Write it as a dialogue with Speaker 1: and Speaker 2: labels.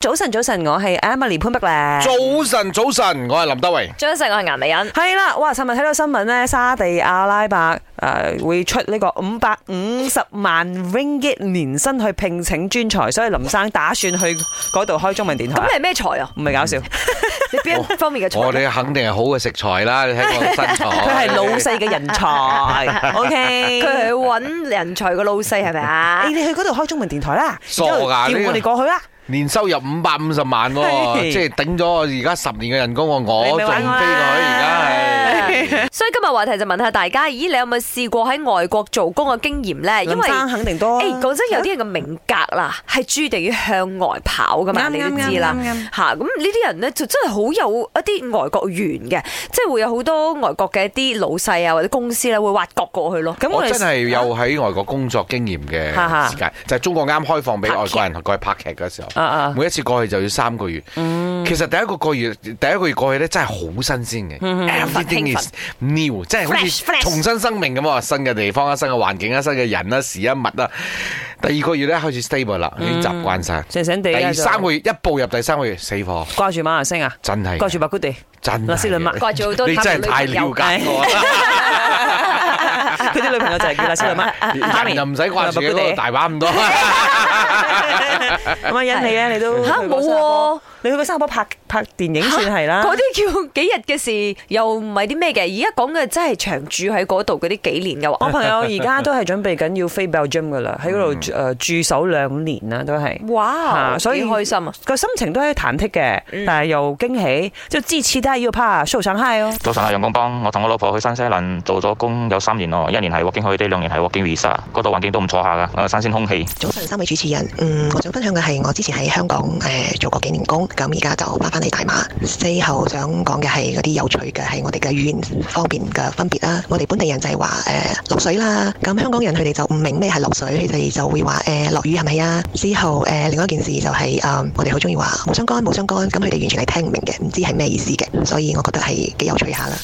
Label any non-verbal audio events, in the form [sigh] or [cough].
Speaker 1: 早晨，早晨，我係 Emily 潘碧玲。
Speaker 2: 早晨，早晨，我係林德榮。啊
Speaker 3: 張世我係顏美欣，
Speaker 1: 係啦，哇！尋日睇到新聞咧，沙地阿拉伯誒、呃、會出呢個五百五十萬 ringgit 年薪去聘請專才，所以林生打算去嗰度開中文電台
Speaker 3: 咁
Speaker 1: 啊。
Speaker 3: 你係咩財啊？
Speaker 1: 唔係搞笑，
Speaker 3: 你邊一方面嘅
Speaker 2: 我
Speaker 3: 財？
Speaker 2: 哋肯定係好嘅食材
Speaker 1: [laughs]
Speaker 2: 啦，你睇我身材。
Speaker 1: 佢係老細嘅
Speaker 2: [laughs]
Speaker 1: 人才。OK，
Speaker 3: 佢係去揾人才嘅老細係咪啊
Speaker 1: 你？哋去嗰度開中文電台啦，
Speaker 2: 傻㗎
Speaker 1: 然之後叫
Speaker 2: 呢個
Speaker 1: 我哋過去啦。
Speaker 2: 年收入五百五十萬
Speaker 1: 係
Speaker 2: 喎，即係頂咗我而家十年嘅人工喎，
Speaker 1: 你
Speaker 2: 我
Speaker 1: 咪
Speaker 2: 仲飛過
Speaker 1: 玩
Speaker 2: 去
Speaker 1: 我啦
Speaker 2: 而家係。
Speaker 3: 所以今日話題就問下大家，咦，你有冇試過喺外國做工嘅經驗咧？因
Speaker 1: 林
Speaker 3: 為
Speaker 1: 生肯定多啊。
Speaker 3: 誒講真，有啲人嘅命格啦，係注定要向外跑噶嘛，
Speaker 1: 啱
Speaker 3: 你都
Speaker 1: 啱
Speaker 3: 知啦
Speaker 1: 啱啱。
Speaker 3: 嚇咁呢啲人咧就真係好有一啲外國緣嘅，即係會有好多外國嘅一啲老細啊或者公司咧會挖角過去咯。
Speaker 1: 咁
Speaker 2: 我
Speaker 1: 哋啊
Speaker 2: 真係有喺外國工作經驗
Speaker 1: 哈哈
Speaker 2: 嘅時間，就係中國啱開放俾外國人過去拍劇嗰時候。
Speaker 1: 啊啊，
Speaker 2: 每一次過去就要三個月。其實第一個個月，第一個月過去咧，真係好新鮮嘅，everything is new，即係好
Speaker 3: Fresh,
Speaker 2: 似
Speaker 3: fresh
Speaker 2: 重新生命咁啊！新嘅地方啊，新嘅環境啊，新嘅人啊，事啊，物啊。第二個月咧開始 stable 啦，已經習慣晒。
Speaker 1: 醒醒地啊
Speaker 2: 第
Speaker 1: 就
Speaker 2: 三個月一步入第三個月，死火，
Speaker 1: 掛住馬來
Speaker 2: [laughs]
Speaker 1: 西亞，
Speaker 2: 真係
Speaker 1: 掛住白骨
Speaker 2: [laughs]
Speaker 1: 地，
Speaker 2: 真
Speaker 1: 嗱斯里
Speaker 2: 係
Speaker 1: 麥
Speaker 3: 掛住好多
Speaker 2: 你真係太了解我啦，
Speaker 1: 佢啲女朋友就係叫阿斯里媽，媽咪
Speaker 2: 人就唔使掛住
Speaker 1: 白
Speaker 2: 嘅
Speaker 1: 骨
Speaker 2: 嗰個
Speaker 1: 地。
Speaker 2: 大把咁多。
Speaker 1: [laughs] 咁啊，引你啊，你都
Speaker 3: 嚇
Speaker 1: 去過
Speaker 3: 冇
Speaker 1: 新加坡
Speaker 3: 喎，
Speaker 1: 你去過新加坡拍拍電影算係啦。 [laughs]
Speaker 3: 嗰啲叫幾日嘅事，又唔係啲咩嘅。而家講嘅真係長住喺嗰度嗰啲幾年嘅
Speaker 1: 我
Speaker 3: [laughs] 話，
Speaker 1: 朋友而家都係準備緊要飛 Belgium 噶啦，喺嗰度誒駐守兩年啦，都係
Speaker 3: 哇，
Speaker 1: 嚇所以
Speaker 3: 幾開心啊！
Speaker 1: 個心情都係忐忑嘅，但係又驚喜，即係支持都係要怕受傷害哦。
Speaker 4: 早晨啊，陽光幫，我同我老婆去新西蘭做咗工有三年咯，一年係 working holiday，兩年係 working visa，嗰度環境都唔錯下噶，呃新鮮空氣。
Speaker 5: 早晨，三位主持人，嗯，我想分享嘅係我之前喺香港誒、呃做過幾年工，咁而家就翻返嚟大馬。最後想講嘅係嗰啲有趣嘅係我哋嘅語言方面嘅分別啦。我哋本地人就係話誒落水啦，咁香港人佢哋就唔明咩係落水，佢哋就會話誒落雨係咪啊？之後誒、呃另外一件事就係、呃我哋好中呃意話冇相干冇相干，咁佢哋完全係聽唔明嘅，唔知係咩意思嘅，所以我覺得係幾有趣下啦。